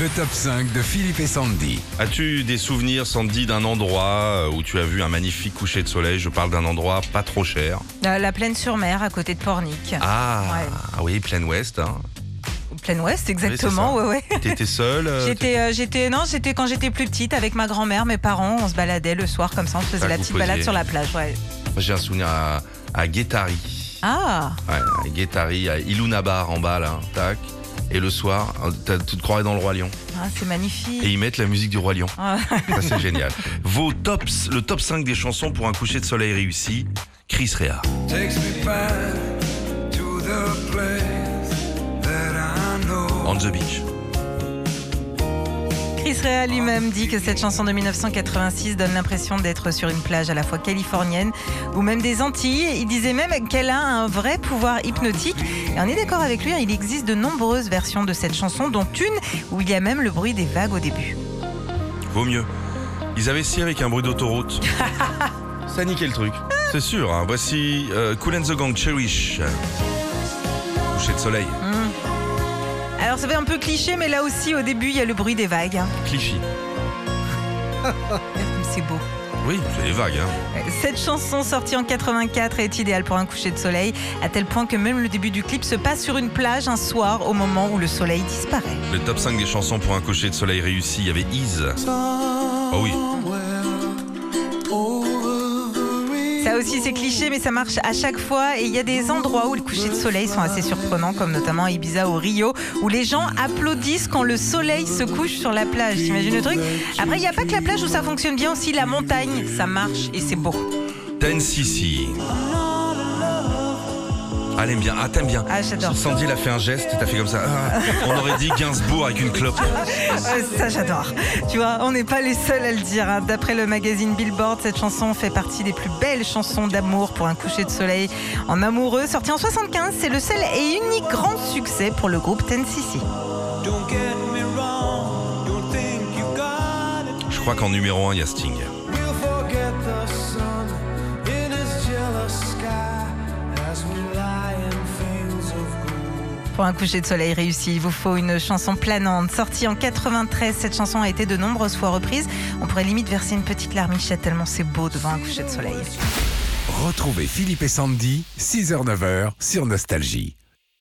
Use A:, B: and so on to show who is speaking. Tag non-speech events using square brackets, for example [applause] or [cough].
A: Le top 5 de Philippe et Sandy.
B: As-tu des souvenirs, Sandy, d'un endroit euh, où tu as vu un magnifique coucher de soleil Je parle d'un endroit pas trop cher.
C: Euh, La plaine sur mer, à côté de Pornic.
B: Ah,
C: Ouais.
B: ah oui, plein ouest. Hein.
C: Plaine Ouest, exactement. ouais, ouais.
B: T'étais seule euh,
C: J'étais, euh, j'étais, non, j'étais quand j'étais plus petite avec ma grand-mère, mes parents, on se baladait le soir comme ça, on se faisait
B: Ah,
C: la
B: vous
C: petite
B: posiez.
C: balade sur la plage. Ouais.
B: t'étais- J'ai un souvenir à, à Guétari.
C: Ah,
B: Ouais, à Guétari, à Ilunabar en bas, là. hein, Tac. Et le soir, euh, t'as- tu te croirais dans le Roi Lion.
C: ah, c'est
B: Et
C: magnifique.
B: ils mettent la musique du Roi
C: [laughs]
B: Lion.
C: Ah,
B: Ça, c'est génial. Vos tops, le top 5 des chansons pour un coucher de soleil réussi, Chris Rea.
A: Takes me back to the place that I know.
B: On the beach.
C: Chris Rea lui-même dit que cette chanson de 1986 donne l'impression d'être sur une plage à la fois californienne ou même des Antilles. Il disait même qu'elle a un vrai pouvoir hypnotique. Et on est d'accord avec lui, hein, il existe de nombreuses versions de cette chanson, dont une où il y a même le bruit des vagues au début.
B: Vaut mieux. Ils avaient scié avec un bruit
C: [laughs]
B: d'autoroute. Ça niquait le truc. C'est sûr. hein. Voici euh, Cool and the Gang Cherish. Coucher de soleil.
C: Hein. Alors ça fait un peu cliché, mais là aussi au début il y a le bruit des vagues. hein.
B: Clichy.
C: Comme C'est beau.
B: Oui, c'est les vagues. Hein.
C: Cette chanson sortie en 84 est idéale pour un coucher de soleil, à tel point que même le début du clip se passe sur une plage un soir au moment où le soleil disparaît.
B: Le top 5 des chansons pour un coucher de soleil réussi, il y avait Ease. Oh oui.
C: Ça aussi c'est cliché mais ça marche à chaque fois et il y a des endroits où les couchers de soleil sont assez surprenants comme notamment à Ibiza ou Rio où les gens applaudissent quand le soleil se couche sur la plage. T'imagines le truc Après il n'y a pas que la plage où ça fonctionne bien aussi, la montagne ça marche et c'est beau.
B: Ten Sissi. Ah, elle aime bien. Ah, t'aimes bien.
C: Ah j'adore.
B: Sandy, elle a fait un geste et t'as fait comme ça.
C: [laughs]
B: Ah, on aurait dit Gainsbourg avec une clope.
C: Euh, Ça, j'adore. Tu vois, on n'est pas les seuls à le dire. hein. D'après le magazine Billboard, cette chanson fait partie des plus belles chansons d'amour pour un coucher de soleil en amoureux. Sorti en 75, c'est le seul et unique grand succès pour le groupe Tennessee.
D: Don't get me wrong, don't think you got it.
B: Je crois qu'en numéro 1, il y a Sting.
D: We'll forget the sun in its jealous sky as we lie in fields of gold.
C: Pour un coucher de soleil réussi, il vous faut une chanson planante. Sortie en 93, cette chanson a été de nombreuses fois reprise. On pourrait limite verser une petite larmichette tellement c'est beau devant un coucher de soleil.
A: Retrouvez Philippe et Sandy, 6h-9h sur Nostalgie.